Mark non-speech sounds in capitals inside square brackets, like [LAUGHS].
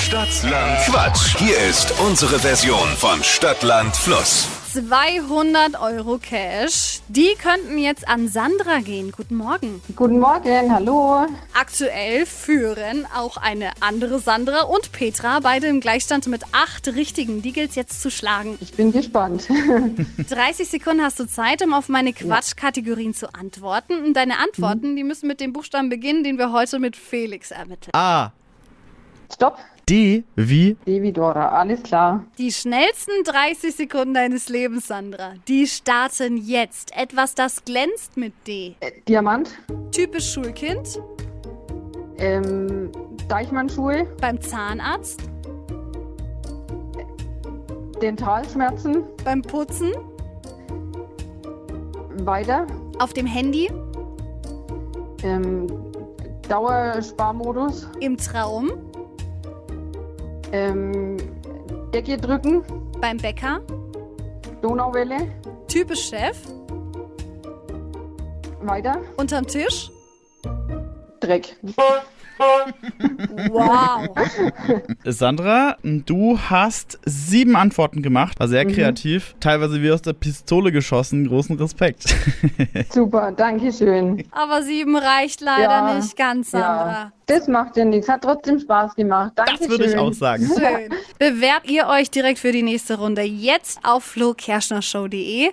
Stadtland Quatsch. Hier ist unsere Version von Stadtland Fluss. 200 Euro Cash. Die könnten jetzt an Sandra gehen. Guten Morgen. Guten Morgen, hallo. Aktuell führen auch eine andere Sandra und Petra, beide im Gleichstand mit acht Richtigen. Die gilt jetzt zu schlagen. Ich bin [LAUGHS] gespannt. 30 Sekunden hast du Zeit, um auf meine Quatschkategorien zu antworten. Und deine Antworten, die müssen mit dem Buchstaben beginnen, den wir heute mit Felix ermitteln. A. Stopp, D wie Devi Dora, alles klar. Die schnellsten 30 Sekunden deines Lebens, Sandra, die starten jetzt. Etwas, das glänzt mit D. Äh, Diamant, Typisch Schulkind, ähm, Deichmannschuhe, beim Zahnarzt, Dentalschmerzen, beim Putzen, weiter, auf dem Handy, ähm, Dauersparmodus, im Traum, ähm, Decke drücken, beim Bäcker, Donauwelle, typisch Chef, weiter, unterm Tisch. [LAUGHS] Dreck. Wow. Sandra, du hast sieben Antworten gemacht. War sehr kreativ. Teilweise wie aus der Pistole geschossen. Großen Respekt. Super, danke schön. [LAUGHS] Aber sieben reicht leider Ja. nicht ganz, Sandra. das macht ja nichts. Hat trotzdem Spaß gemacht. Danke Das würde ich schön. auch sagen. Schön. Bewerbt ihr euch direkt für die nächste Runde jetzt auf flokerschnershow.de.